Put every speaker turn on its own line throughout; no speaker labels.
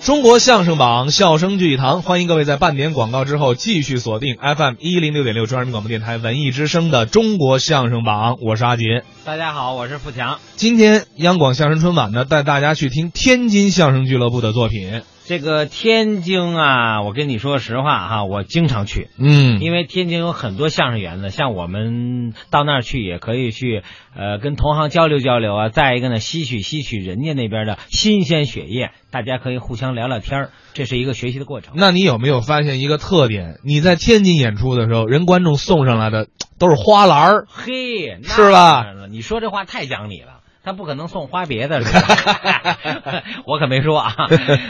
中国相声榜，笑声聚一堂，欢迎各位在半点广告之后继续锁定 FM 一零六点六中央人民广播电台文艺之声的《中国相声榜》，我是阿杰。
大家好，我是富强。
今天央广相声春晚呢，带大家去听天津相声俱乐部的作品。
这个天津啊，我跟你说实话哈、我经常去，
嗯
因为天津有很多相声园子，像我们到那儿去也可以去，呃，跟同行交流交流啊。再一个呢，吸取吸取人家那边的新鲜血液，大家可以互相聊聊天儿，这是一个学习的过程。
那你有没有发现一个特点？你在天津演出的时候，人观众送上来的都是花篮儿。
嘿，那
是吧
当然了？你说这话太讲理了。他不可能送花别的，是吧？我可没说啊！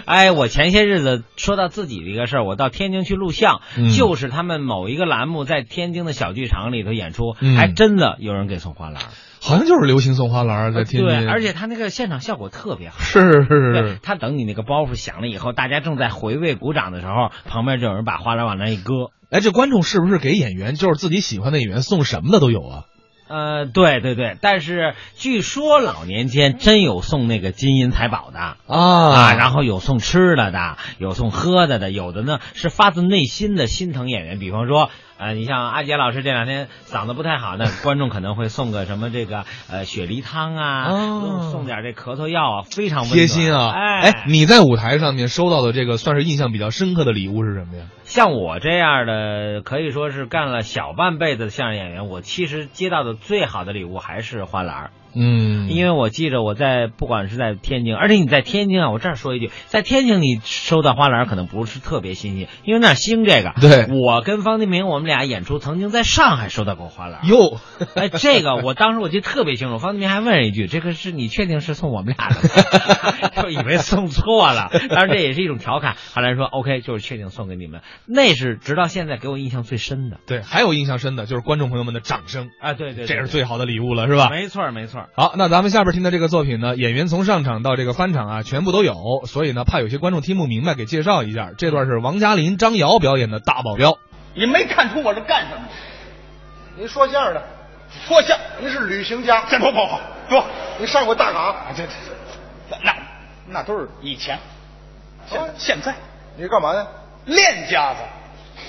哎，我前些日子说到自己的一个事儿，我到天津去录像，
嗯
就是他们某一个栏目在天津的小剧场里头演出，
嗯
还真的有人给送花篮儿。
好像就是流行送花篮儿在天津。
对，而且他那个现场效果特别好。
是是
对
是，
他等你那个包袱响了以后，大家正在回味鼓掌的时候，旁边就有人把花篮往那一搁。
哎，这观众是不是给演员就是自己喜欢的演员送什么的都有啊？
呃，对对对，但是据说老年间真有送那个金银财宝的。
啊
啊，
啊
然后有送吃的的，有送喝的的，有的呢是发自内心的心疼演员。比方说，呃，你像阿杰老师这两天嗓子不太 好，那观众可能会送个什么这个呃雪梨汤啊，
哦
送点这咳嗽药啊，非常温暖
贴心啊！
哎，
你在舞台上面收到的这个算是印象比较深刻的礼物是什么呀？
像我这样的可以说是干了小半辈子的相声演员，我其实接到的最好的礼物还是花篮儿。
嗯
因
为
为我记着我在不管是在天津，而且你在天津啊，我这儿说一句，在天津你收到花篮儿可能不是特别新鲜，因为那儿兴这个。
对
我跟方金明我们俩演出曾经在上海收到过花篮儿。
哟，
哎，这个我当时我记得特别清楚，方金明还问了一句：“这个是你确定是送我们俩的吗？” 就以为送错了，当然这也是一种调侃。后来说 OK，就是确定送给你们，那是直到现在给我印象最深的
对，还有印象深的就是观众朋友们的掌声，
啊！对对
这是最好的礼物了，是吧？
没错儿没错儿。
好，那咱们下边听的这个作品呢，演员从上场到这个翻场啊，全部都有，所以呢，怕有些观众听不明白，给介绍一下，这段是王嘉林、张瑶表演的《大保镖》。
你没看出我是干什么的？
您说相声的，
说相
您是旅行家，
这多不好，多
您上过大港，
啊，这这这那那都是以前，现
哦
现在
你干嘛呀？
练家子，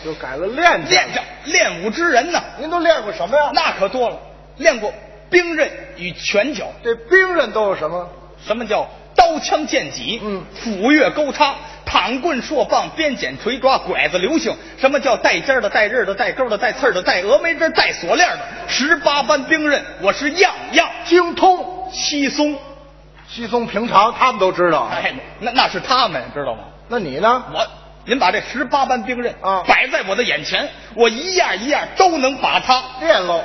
就改了练字
练家练武之人呐，
您都练过什么呀？
那可多了，练过兵刃与拳脚，
这兵刃都有什么？
什么叫刀枪剑戟？
嗯
斧钺钩叉。躺棍槊棒、鞭锏锤抓、拐子流星，什么叫带尖儿的、带刃儿的、带钩儿的、带刺儿的、带峨眉针、带锁链儿的？十八般兵刃，我是样样
精通，
稀松。
稀松平常，他们都知道。
哎，那那是他们知道吗？
那你呢？
我，您把这十八般兵刃
啊
摆在我的眼前，我一样一样都能把它
练喽，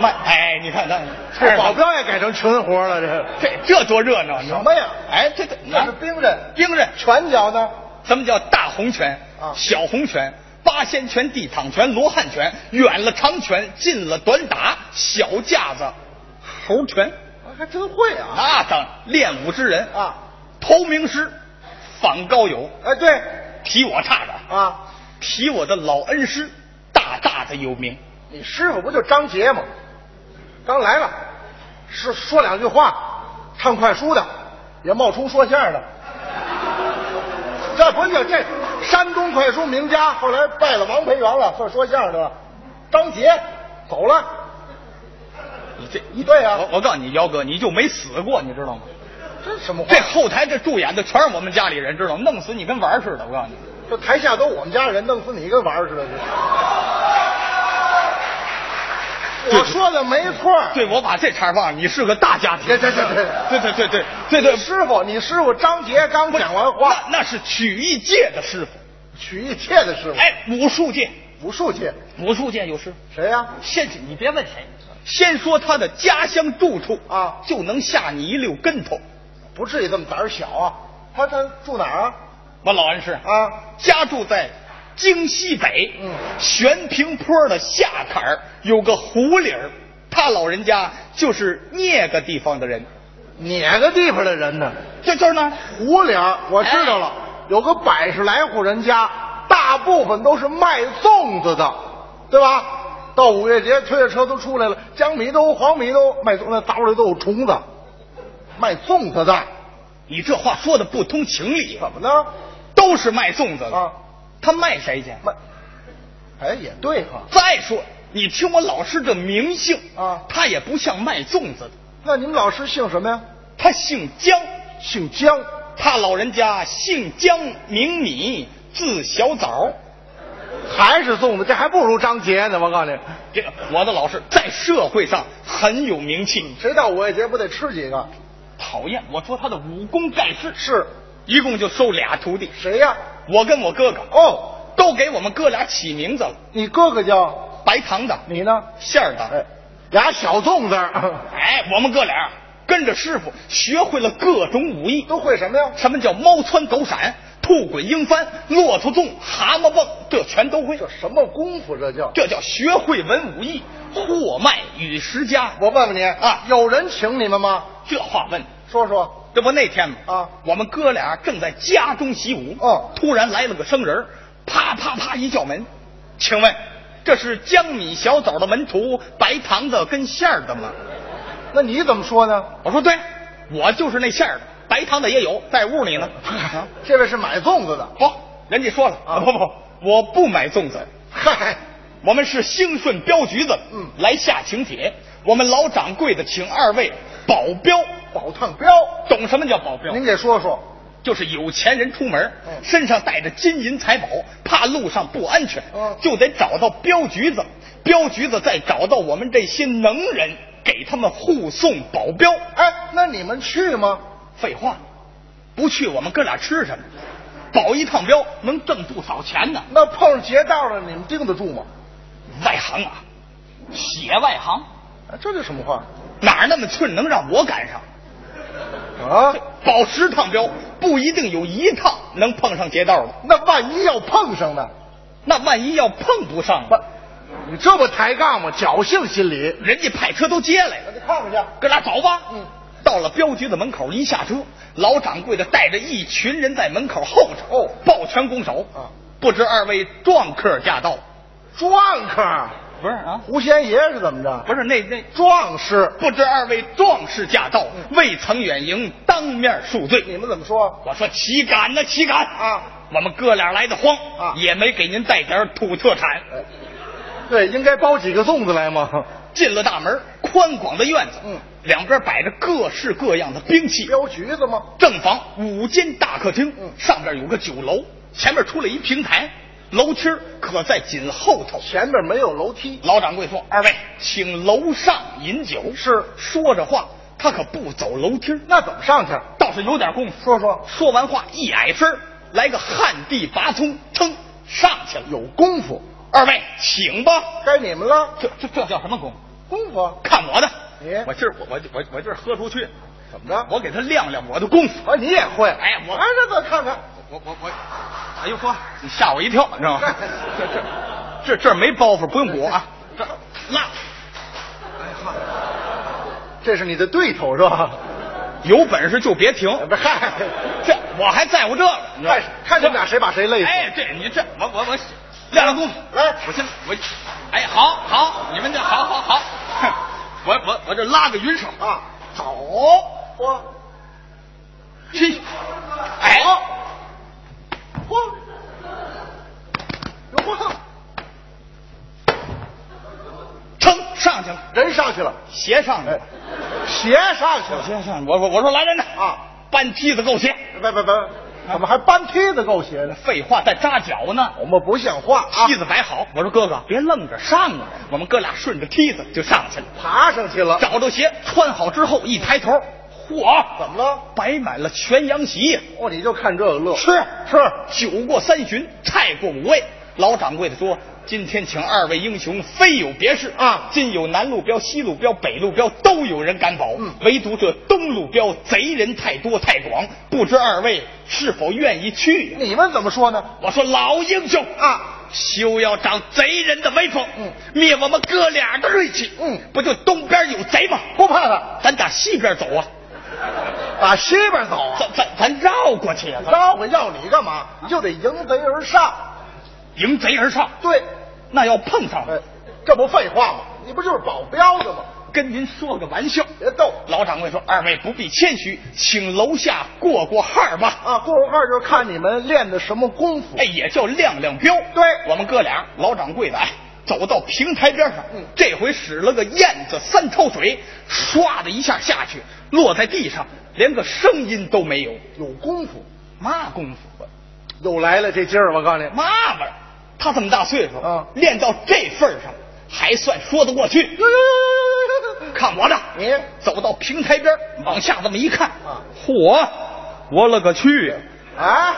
卖。哎，你看看，
这保镖也改成群活了，这
这这多热闹！你知道
什
吗
么呀？
哎，这这
那是兵刃
兵刃
拳脚呢？
咱们叫大红拳
啊
小红拳、八仙拳、地躺拳、罗汉拳，远了长拳，近了短打，小架子，猴拳。
啊还真会啊！
那当然，练武之人
啊，
投名师，访高友，
哎，对
提我叉的
啊，
提我的老恩师，大大的有名。
你师傅不就张杰吗？刚来了，说说两句话，唱快书的，也冒充说相声的。这不就这山东快书名家，后来拜了王培元了，算说相声的了。张杰走了，
你这
一对啊
我我告诉你，姚哥，你就没死过，你知道吗？
这什么话？
这后台这驻演的全是我们家里人，知道吗？弄死你跟玩儿似的，我告诉你。
这台下都我们家人，弄死你跟玩儿似的。
对
我说的没错儿。
对，我把这茬儿忘了，你是个大家庭。
对对对对
对对对对对对
你师傅，你师傅张杰刚讲完话，
那那是曲艺界的师傅，
曲艺界的师傅，
哎，武术界，
武术界
武术界有师傅。
谁呀、
先你别问谁，先说他的家乡住处
啊
就能吓你一溜跟头。
不至于这么胆儿小啊。他他住哪儿啊？
我老恩师
啊，
家住在京西北，
嗯
悬平坡的下坎儿有个湖里儿，他老人家就是那个地方的人，
哪个地方的人呢？
就就是那儿
胡脸儿，我知道了，有个百十来户人家，大部分都是卖粽子的，对吧？到五月节，推着车都出来了，江米都、黄米都卖粽，那杂货里都有虫子，卖粽子的，
你这话说的不通情理，啊
怎么呢？
都是卖粽子的
啊，
他卖谁去？
卖，哎，也对哈、
再说，你听我老师的名姓
啊
他也不像卖粽子的，
那你们老师姓什么呀？
他姓姜，
姓姜，
他老人家姓姜名米，字小枣。
还是粽子，这还不如张杰呢。我告诉你，
这个我的老师在社会上很有名气，
谁到五月节不得吃几个？
讨厌我说他的武功盖世，
是
一共就收俩徒弟，
谁呀？
我跟我哥哥
哦，
都给我们哥俩起名字了，
你哥哥叫
白糖的、
你呢？
馅儿的
哎。，俩小粽子，
哎，我们哥俩跟着师傅学会了各种武艺，
都会什么呀？
什么叫猫窜狗闪、兔滚鹰翻、骆驼纵、蛤蟆蹦，这全都会
这。什么功夫？这叫
这叫学会文武艺，货卖与时家。
我问问你
啊
有人请你们吗？
这话问的，
说说，
这不那天吗？
啊
我们哥俩正在家中习武，
哦
突然来了个生人儿，啪啪啪一叫门，请问这是江米小枣的门徒白糖的跟馅儿的吗？
那你怎么说呢？
我说对，我就是那馅儿的，白糖的也有，在屋里呢。 啊
这位是买粽子的，
好，人家说了
啊
不不，我不买粽子，
嗨，
我们是兴顺镖局的，
嗯
来下请帖，我们老掌柜的请二位保镖，
宝烫镖，
懂什么叫保镖？
您给说说，
就是有钱人出门，
嗯
身上带着金银财宝，怕路上不安全，
嗯
就得找到镖局子，镖局子再找到我们这些能人，给他们护送保镖。
哎，那你们去吗？
废话，不去我们哥俩吃什么？保一趟镖能挣不少钱呢。
那碰上劫道了，你们盯得住吗？
外行啊，血外行，
啊，这叫什么话
哪儿那么寸能让我赶上？
啊？
保十趟镖不一定有一趟能碰上劫道的，
那万一要碰上呢？
那万一要碰不上呢，
不，你这不抬杠吗？侥幸心理，
人家派车都接来了，
那得看看去。
哥俩走吧。
嗯，
到了镖局的门口，一下车，老掌柜的带着一群人在门口候着，
哦
抱拳拱手。
啊，
不知二位撞客驾到，
壮客，
不是啊，
狐仙爷是怎么着？
不是那那
壮士，
不知二位壮士驾到，未曾远迎，当面恕罪。
嗯你们怎么说？
我说岂敢呢，岂敢
啊！
我们哥俩来的慌
啊哎
也没给您带点土特产。
对，应该包几个粽子来吗？
进了大门，宽广的院子，
嗯，
两边摆着各式各样的兵器。
镖局子吗？
正房五间大客厅，
嗯
上边有个酒楼，前面出来一平台，楼梯儿可在紧后头。
前面没有楼梯，
老掌柜说：“二位，请楼上饮酒。”
是
说着话，他可不走楼梯儿，
那怎么上去？
倒是有点功夫。
说说
说完话，一矮身儿来个旱地拔葱，噌上去了。
有功夫，
二位请吧，
该你们了。
这这这叫什么功夫？
功夫
看我的
你！
我今儿我我我我今儿喝出去，
哎怎么着？
我给他亮亮我的功夫。
啊，你也会？
哎我
哎，让我看看。
我我我，哎呦呵，你吓我一跳，你知 道吗？这这这这没包袱，不用鼓啊。这那
这是你的对头是吧？
有本事就别停，
哎不是嗨，
这我还在乎这个，你知道吗
看看他们俩谁把谁累死
哎，对你这我我我亮亮功夫，
来
我先我，哎，好好，你们这好好 好，哼我我我这拉个云手
啊，
走，
嚯
去，哎，
嚯，有嚯，
噌上去了，
人上去了，
斜上去
哎
了，，
鞋上去了，
斜上去了，我我我说来人呐
啊，
搬梯子够斜。啊
别别别，怎么还搬梯子够鞋呢？
废话，在扎脚呢。
我们不像话啊！
梯子摆好，我说哥哥别愣着上啊！我们哥俩顺着梯子就上去了，
爬上去了，
找着鞋穿好之后一抬头，嚯，
怎么了？
摆满了全羊席呀！
哦，你就看这个乐，
吃
是，
酒过三巡，菜过五味。老掌柜的说：“今天请二位英雄，非有别事
啊
今有南路标、西路标、北路标都有人赶保，
嗯
唯独这东路标贼人太多太广，不知二位是否愿意去呀？”
你们怎么说呢？
我说老英雄
啊，
休要长贼人的威风，
嗯
灭我们哥俩的锐气，
嗯
不就东边有贼吗？
不怕他，
咱打西边走啊，
打西边走啊！
咱咱咱绕过去啊，
招呼要你干嘛？你就得迎贼而上。
迎贼而上。
对，哎
那要碰上，
哎，这不废话吗？你不就是保镖的吗？
跟您说个玩笑。
别逗
老掌柜说：“二位不必谦虚，请楼下过过号吧。
啊！过号就是看你们练的什么功夫。
哎，也叫亮亮标。
对
我们哥俩，老掌柜的，哎，走到平台边上，这回使了个燕子三抄水，唰的一下下去，落在地上，连个声音都没有。
有功夫，
嘛功夫啊，
又来了这劲儿，我告诉你，
嘛玩意儿？他这么大岁数，
啊
练到这份儿上，还算说得过去。看我的，
你
走到平台边儿，往下这么一看
啊，
嚯，我勒个去！
啊，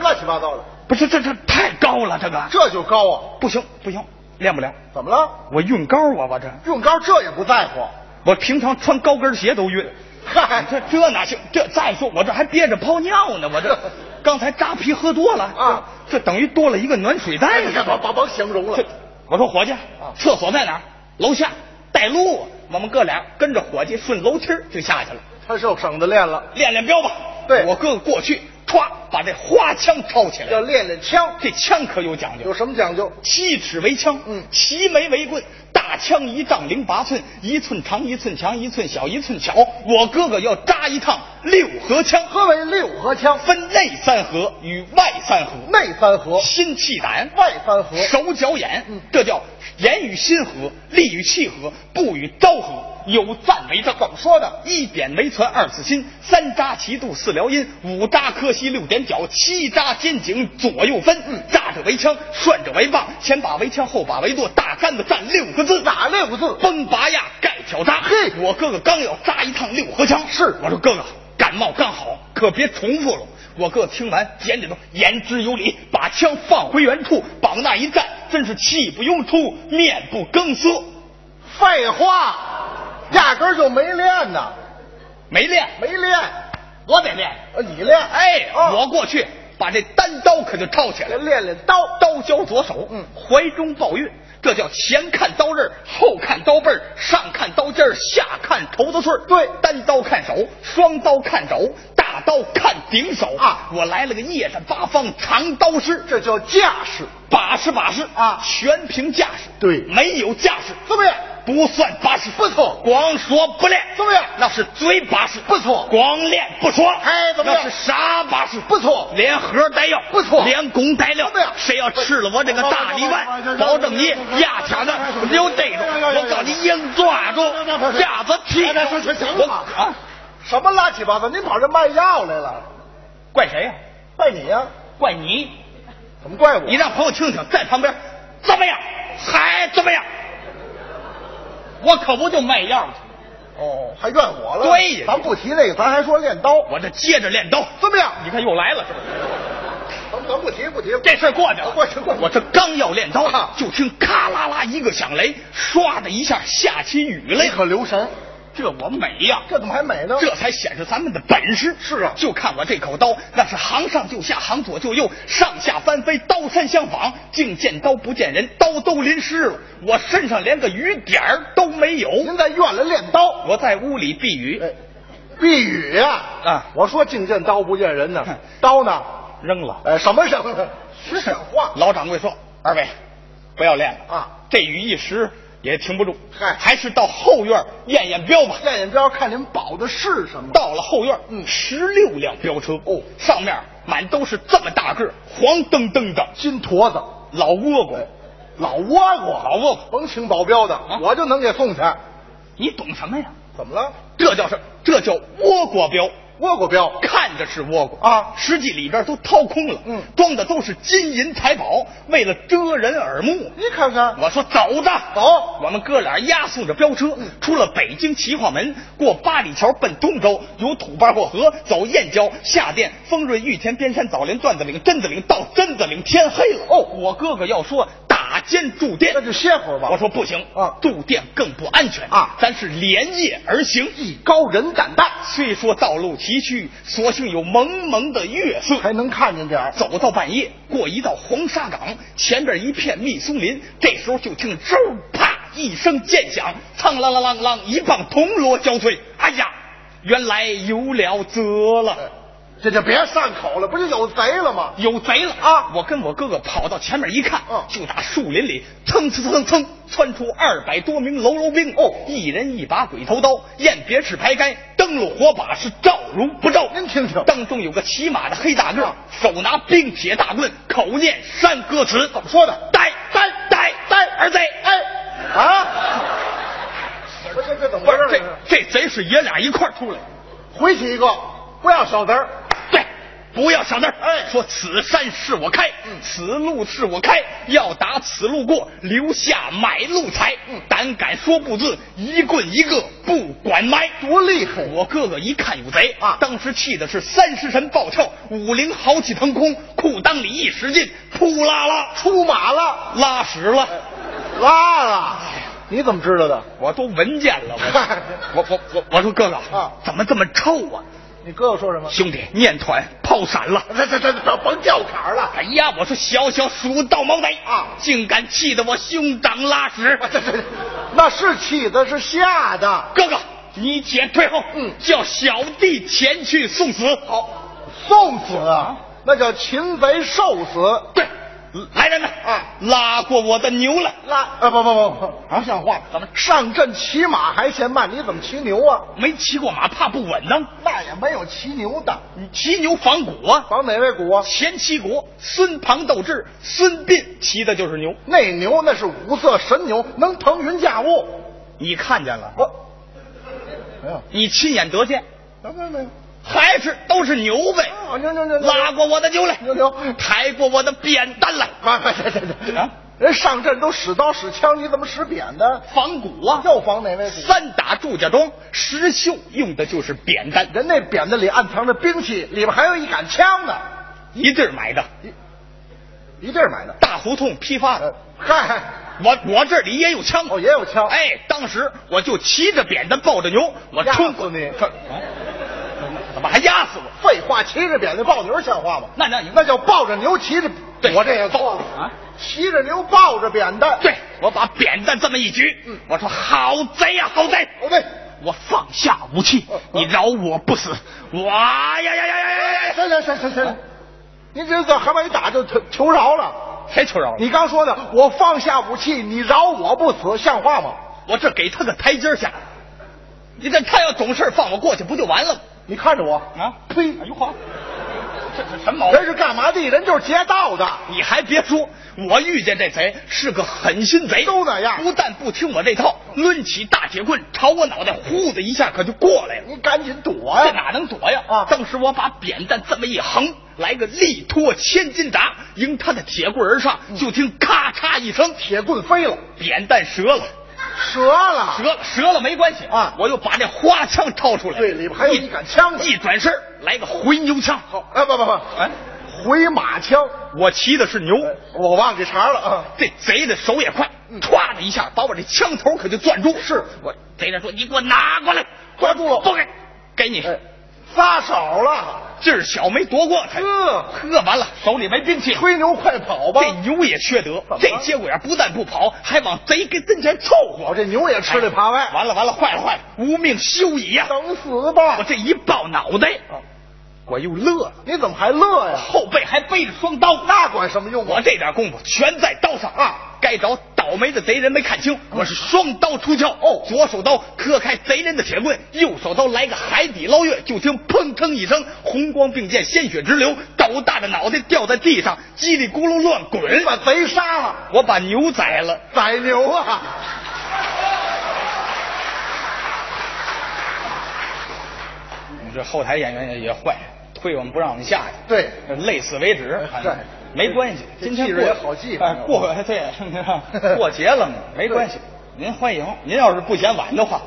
乱七八糟的，
不是这这太高了，这个
这就高啊？
不行不行，练不了。
怎么了？
我运高啊，我这
用高这也不在乎。
我平常穿高跟鞋都晕。
嗨
你这这哪行？这再说我这还憋着泡尿呢，我这刚才扎啤喝多了
啊，哎
这这等于多了一个暖水袋
你
呢。
看，甭甭甭形容了
这，我说伙计，
啊
厕所在哪儿？楼下，带路。啊我们哥俩跟着伙计顺楼梯儿就下去了，
他是省着练了，
练练标吧。
对
我哥哥过去，歘，把这花枪抄起来。
要练练枪，
这枪可有讲究，
有什么讲究？
七尺为枪，
嗯
齐眉为棍，大枪一丈零八寸，一寸长一寸强，一寸小一寸巧。我哥哥要扎一趟六合枪，
何为六合枪？
分内三合与外三合，
内三合，
心气胆，
外三合。
手脚眼
嗯，
这叫眼与心合，力与气合，步与招合。有赞为证，怎么说的？一点为传，二字心，三扎齐肚，四撩阴，五扎磕膝，六点脚，七扎肩颈，左右分。
嗯
扎者为枪，涮者为棒，前把为枪，后把为舵，大杆子站六个字。
哪六个字？
崩拔牙盖挑扎。
嘿
我哥哥刚要扎一趟六合枪，
是
我说哥哥感冒刚好，可别重复了。我哥听完点点头，言之有理，把枪放回原处，往那一站，真是气不由出，面不更色，
废话，压根儿就没练呐，
没练，
没练。
我得练。
呃，你练？
哎，
哦
我过去把这单刀可就抄起来
我
了。
练练刀。
刀交左手，
嗯
怀中抱月，这叫前看刀刃儿，后看刀背儿，上看刀尖儿，下看头子穗儿。
对
单刀看手，双刀看肘，大刀看顶手
啊
我来了个叶扇八方长刀式，
这叫架势。
把式把式
啊
全凭架势。
对
没有架势
怎么样？
不算把式，
不错
光说不练
怎么样
那是嘴把式，
不错
光练不说。
哎怎么样
那是啥把式？
不错
连盒带药，
不错
连拱带料
怎么样，
谁要吃了我这个大礼拜，保证你牙签子留逮住，我告你硬抓住，架子踢
哎行行行了
我啊，
什么乱七八糟？您跑这卖药来了？
怪谁呀？
怪你呀、
怪你！
怎么怪我？
你让朋友听听，在旁边怎么样？还怎么样？我可不就卖药去，
哦，还怨我了？
对呀
咱不提那个，咱还说练刀。
我这接着练刀。
怎么样？
你看又来了，是不是？
咱咱不提不提。
这事儿过去了，
过去过去
我这刚要练刀
啊，
就听咔啦啦一个响雷，唰的一下下起雨来
你。可留神，
这我美呀、
这怎么还美呢？
这才显示咱们的本事。
是啊
就看我这口刀，那是行上就下，行左就右，上下翻飞，刀山相仿，竟见刀不见人，刀都淋湿了。我身上连个雨点儿都没有。
您在院里练刀，
我在屋里避雨，
哎，避雨呀、啊！
啊
我说净见刀不见人呢
哼，
刀呢？
扔了。
哎，什么什么？ 实讲话。
老掌柜说：“二位，不要练了
啊！
这雨一时也停不住，
嗨
还是到后院验验标吧。”
验验标，看您保的是什么？
到了后院，
嗯
十六辆飙车哦，上面满都是这么大个儿黄澄澄的
金坨子，
老倭瓜，
哎老倭瓜，
老倭瓜
甭请保镖的，我就能给送去。
你懂什么呀？
怎么了？
这叫什？这叫倭瓜标，
倭瓜镖？
看着是倭瓜
啊
实际里边都掏空了，
嗯
装的都是金银财宝，为了遮人耳目。
你看看，
我说走着
走嗯
我们哥俩押送着飙车，出了北京齐化门，过八里桥奔通州，由土坝过河，走燕郊，下店丰润、玉田、边山、枣林、段子岭、榛子岭，到榛子岭天黑了。哦，我哥哥要说打尖住店
那，就歇会儿吧。
我说不行
啊
住店更不安全
啊
咱是连夜而行。
艺高人胆大，
虽说道路崎岖，所幸有蒙蒙的月色，
还能看见点儿。
啊走到半夜，过一道黄沙岗，前边一片密松林。这时候就听“嗖”啪一声剑响，苍啷啷啷啷，一棒铜锣交脆。哎呀，原来有了辙了！
这就别上口了，不就有贼了吗？
有贼了
啊
我跟我哥哥跑到前面一看，
嗯
就打树林里蹭蹭蹭蹭窜出二百多名喽啰兵，
哦
一人一把鬼头刀，雁别翅排开，灯笼火把是照如不照。
您听听
当中有个骑马的黑大个
啊，
手拿冰铁大棍，口念山歌词，怎么
说的
呆呆呆呆儿贼，哎。
啊！ 不是这这怎么
不
回
是
事？啊
这这贼是爷俩一块儿出来的，
回起一个，不要小贼儿。
对，不要想那儿。
哎
说此山是我开，
嗯
此路是我开，要打此路过，留下买路财。
嗯
胆敢说不字，一棍一个不管埋。
多厉害呀
我哥哥一看有贼
啊
当时气的是三十神暴跳，五灵豪气腾空，裤裆里一使劲，扑啦啦
出马了，哎
拉屎了。
拉了！你怎么知道的？
我都闻见了，
嗨
我我我我我说哥哥
啊
怎么这么臭啊？
你哥哥说什么？
兄弟，念团抛闪了。
这这这这甭掉坎儿了！
哎呀，我说小小鼠道毛贼
啊
竟敢气得我兄长拉屎！
这这那是气的，是吓的，
哥哥，你且退后，
嗯
叫小弟前去送死。好，
送死啊！那叫擒贼受死。
对，来人呐，
啊
拉过我的牛来！
拉啊不不不不，啊像话吗？
怎么
上阵骑马还嫌慢？你怎么骑牛啊？
没骑过马，怕不稳当。
那也没有骑牛的，
你骑牛仿古啊，
仿哪位鼓啊？
前七国孙庞斗智，孙膑骑的就是牛，
那牛那是五色神牛，能腾云驾雾。
你看见了，
我没有，
你亲眼得见，
没有没有。
还是都是牛呗。
啊，牛牛牛牛
拉过我的牛来，
牛牛，
抬过我的扁担来。
不不这这这
啊
人上阵都使刀使枪，你怎么使扁的？
仿古啊，
又仿哪位鼓？
三打祝家庄，石秀用的就是扁担，
人那扁担里暗藏着兵器，里边还有一杆枪呢，
一地儿买的，
一地儿买的。
大胡同批发
呃
的。
嗨，
我我这里也有枪，
哦，也有枪。，
哎，当时我就骑着扁担，抱着牛，我冲过
压死你
可啊怎么还压死我？
废话，骑着扁担抱牛像话吗？
那那你
那叫抱着牛骑着，
对
我这也错了
啊！
骑着牛抱着扁担，
对，我把扁担这么一举，
嗯
我说好贼呀、好贼！
哦对，
我放下武器
哦哦，
你饶我不死！哇呀呀呀呀呀呀呀！
行行行行行，您这这还没打就求求饶了。
谁求饶了？
你刚说的，我放下武器，你饶我不死，像话吗？
我这给他个台阶下。你这他要懂事放我过去不就完了吗？
你看着我
啊
呸！
哎呦嚯，这这什么毛病
人？是干嘛的？人就是劫道的。
你还别说，我遇见这贼是个狠心贼，
都那样
不但不听我这套，抡起大铁棍朝我脑袋呼的一下可就过来了。
你赶紧躲
这
呀！
哪能躲呀？
哎啊
当时我把扁担这么一横，来个力托千斤闸，迎他的铁棍而
嗯
上，就听咔嚓一声，
铁棍飞了，
扁担折了。
折了，
折了折了没关系
啊
我又把那花枪掏出来，
对里边还有一杆枪呢
一转身来个回牛枪，
好，哎，不不不，
哎，
回马枪，
我骑的是牛，
我忘给查了啊。
这贼的手也快，
嗯
歘的一下把我这枪头可就攥住。是我贼人说：“你给我拿过来，
抓住了
不给，给你。
哎，撒手了，
劲儿小没夺过他，
嗯
喝完了手里没兵器，
吹牛快跑吧！
这牛也缺德
怎么了，
这节骨眼不但不跑，还往贼跟跟前凑合。
我这牛也吃里扒外
哎完了完了，坏了坏了，无命休矣呀！
等死吧
我！这一抱脑袋
啊，
我又乐了，
你怎么还乐呀？
后背还背着双刀，
那管什么用啊
我这点功夫全在刀上啊！该找倒霉的贼人没看清，我是双刀出鞘哦，左手刀磕开贼人的铁棍，右手刀来个海底捞月，就听砰腾一声，红光并溅，鲜血直流，斗大的脑袋掉在地上，叽里咕噜乱滚
你。把贼杀了，
我把牛宰了，
宰牛啊！
你这后台演员也也坏，推我们不让我们下去，
对，
累死为止，反正
对
没关系。
这
今天
这
过
艺人也好记
哎
反，正
过哎对，你知道 过节了嘛，没关系。您欢迎，您要是不嫌晚的话，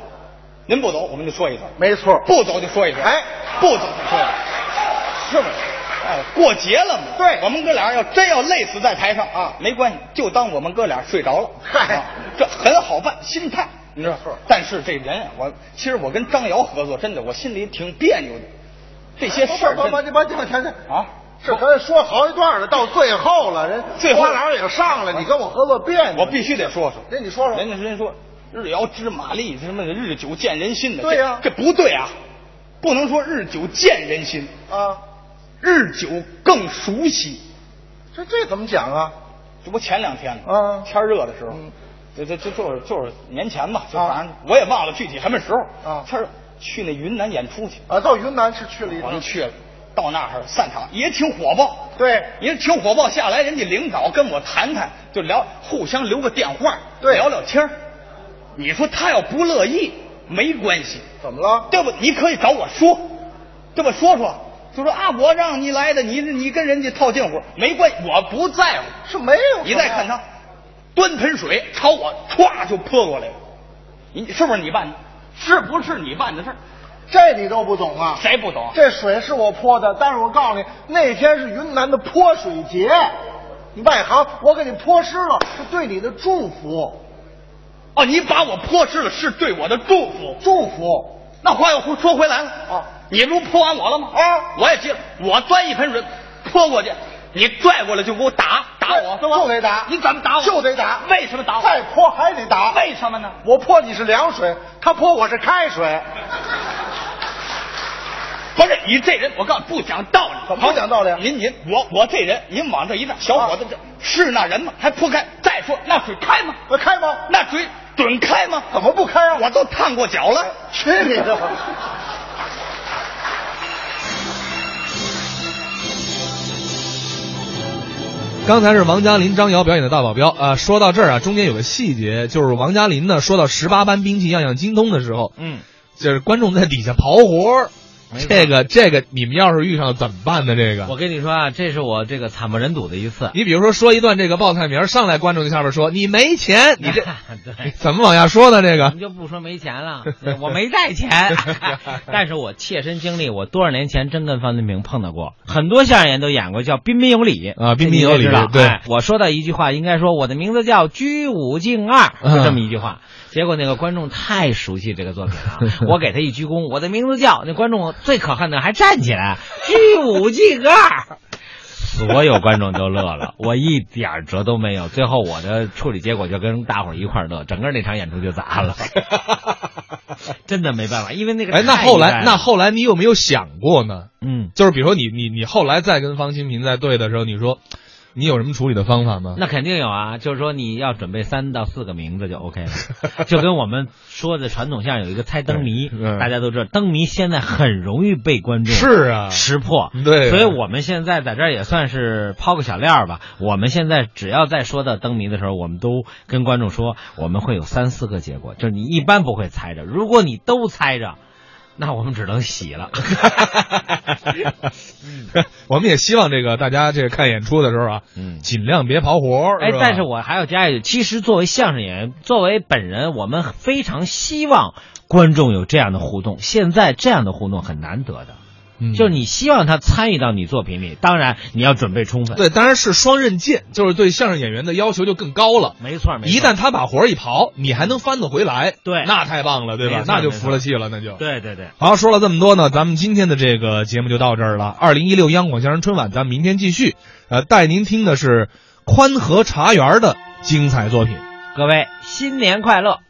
您不走我们就说一声，
没错，
不走就说一声，
哎，
不走就说一声，是不是？哎，过节了嘛，
对
我们哥俩要真要累死在台上啊，没关系，就当我们哥俩睡着了。
嗨
啊这很好办，心态你知道
是。
但是这人啊，我其实我跟张瑶合作，真的我心里挺别扭的。这些事儿
不
真
不
的
不，你把停停停
啊
这咱说好一段了，到最后了，人
最后
花篮也上来，你跟我合作别扭，
我必须得说说。
那你说说
人家人说日摇知马力什么的，日久见人心的。
对呀
这这不对啊，不能说日久见人心，
啊，
日久更熟悉。
这这怎么讲啊？
这不前两天
啊
天儿热的时候
嗯，
这这这就是就是年前吧，就
啊
反正我也忘了具体什么时候
啊
天儿热去那云南演出去，
啊，到云南是去了一
我
趟
们，去了，到那儿散场也挺火爆，
对
也挺火爆。下来人家领导跟我谈谈，就聊，互相留个电话，
对
聊聊天儿你说他要不乐意没关系，
怎么了？
对不？你可以找我说，对吧？说说，就说啊，我让你来的，你你跟人家套近乎没关系，我不在乎。
是没有什么呀。
你再看他，端盆水朝我歘就泼过来了，你是不是你办的？是不是你办的事儿？
这你都不懂啊？
谁不懂？
这水是我泼的，但是我告诉你，那天是云南的泼水节，你外行，我给你泼湿了，是对你的祝福，
哦，你把我泼湿了，是对我的祝福。
祝福。
那话又说回来了
啊
你不泼完我了吗？
啊
我也急了，我端一盆水泼过去，你拽过来就给我打打我，
对就得打
你怎么打我？
就得打
为什么打我？
再泼还得打，
为什么呢？
我泼你是凉水，他泼我是开水，
不是你这人，我告诉你不讲道理，
怎么不讲道理啊
您您我我这人，您往这一站，小伙子
啊
这、是那人吗？还泼开？再说那水开吗？
我呃开吗？
那水准开吗？
怎么不开啊？
我都烫过脚了。
去你的吧！
刚才是王嘉林、张瑶表演的大保镖。呃，说到这儿啊，中间有个细节，就是王嘉林呢说到十八般兵器样样精通的时候，
嗯，
就是观众在底下刨活儿。
没错
这个这个，你们要是遇上了怎么办呢？这个，
我跟你说啊，这是我这个惨不忍睹的一次。
你比如说说一段这个报菜名儿，上来观众就下边说你没钱，你 这
对
你怎么往下说呢？这
咱
个
们就不说没钱了，我没带钱， 但是我切身经历，我多少年前真跟范文平碰到过，很多相声演员都演过，叫彬彬有礼
啊彬彬有礼
这你也知道
对
哎我说到一句话，应该说我的名字叫居五进二，
嗯
就这么一句话。结果那个观众太熟悉这个作 品了，我给他一鞠躬，我的名字叫，那观众最可恨的还站起来，居五进二。 所有观众都乐了， 我一点儿辙都没有。最后我的处理结果就跟大伙儿一块儿乐，整个那场演出就砸 了。真的没办法，因为那个
哎，那
太
后
意外
来
了
那后来你有没有想过呢？
嗯，
就是比如说你你你后来再跟方清平在对的时候，你说你有什么处理的方法 吗？
那肯定有啊，就是说你要准备三到四个名字就 OK 了， 就跟我们说的传统相声有一个猜灯谜，
嗯嗯
大家都知道，灯谜现在很容易被观众
是啊，
识破，
对啊
所以我们现在在这儿也算是抛个小料儿吧。我们现在只要在说到灯谜的时候，我们都跟观众说，我们会有三四个结果，就是你一般不会猜着，如果你都猜着，那我们只能洗 了。
我们也希望这个大家这个看演出的时候啊，
嗯
尽量别刨活儿。
哎
吧，
但是我还要加一句，其实作为相声演员，作为本人，我们非常希望观众有这样的互动。现在这样的互动很难得的，
嗯
就是你希望他参与到你作品里，当然你要准备充分。，
对，当然是双刃剑，就是对相声演员的要求就更高了。
没错，没错。
一旦他把活儿一刨，你还能翻得回来，
对
那太棒了，对吧
没？错
那就
没错
服了气了，那就。
对对对，
好，说了这么多呢，咱们今天的这个节目就到这儿了。二零一六央广相声春晚，咱们明天继续。呃，带您听的是宽和茶园的精彩作品。
各位新年快乐！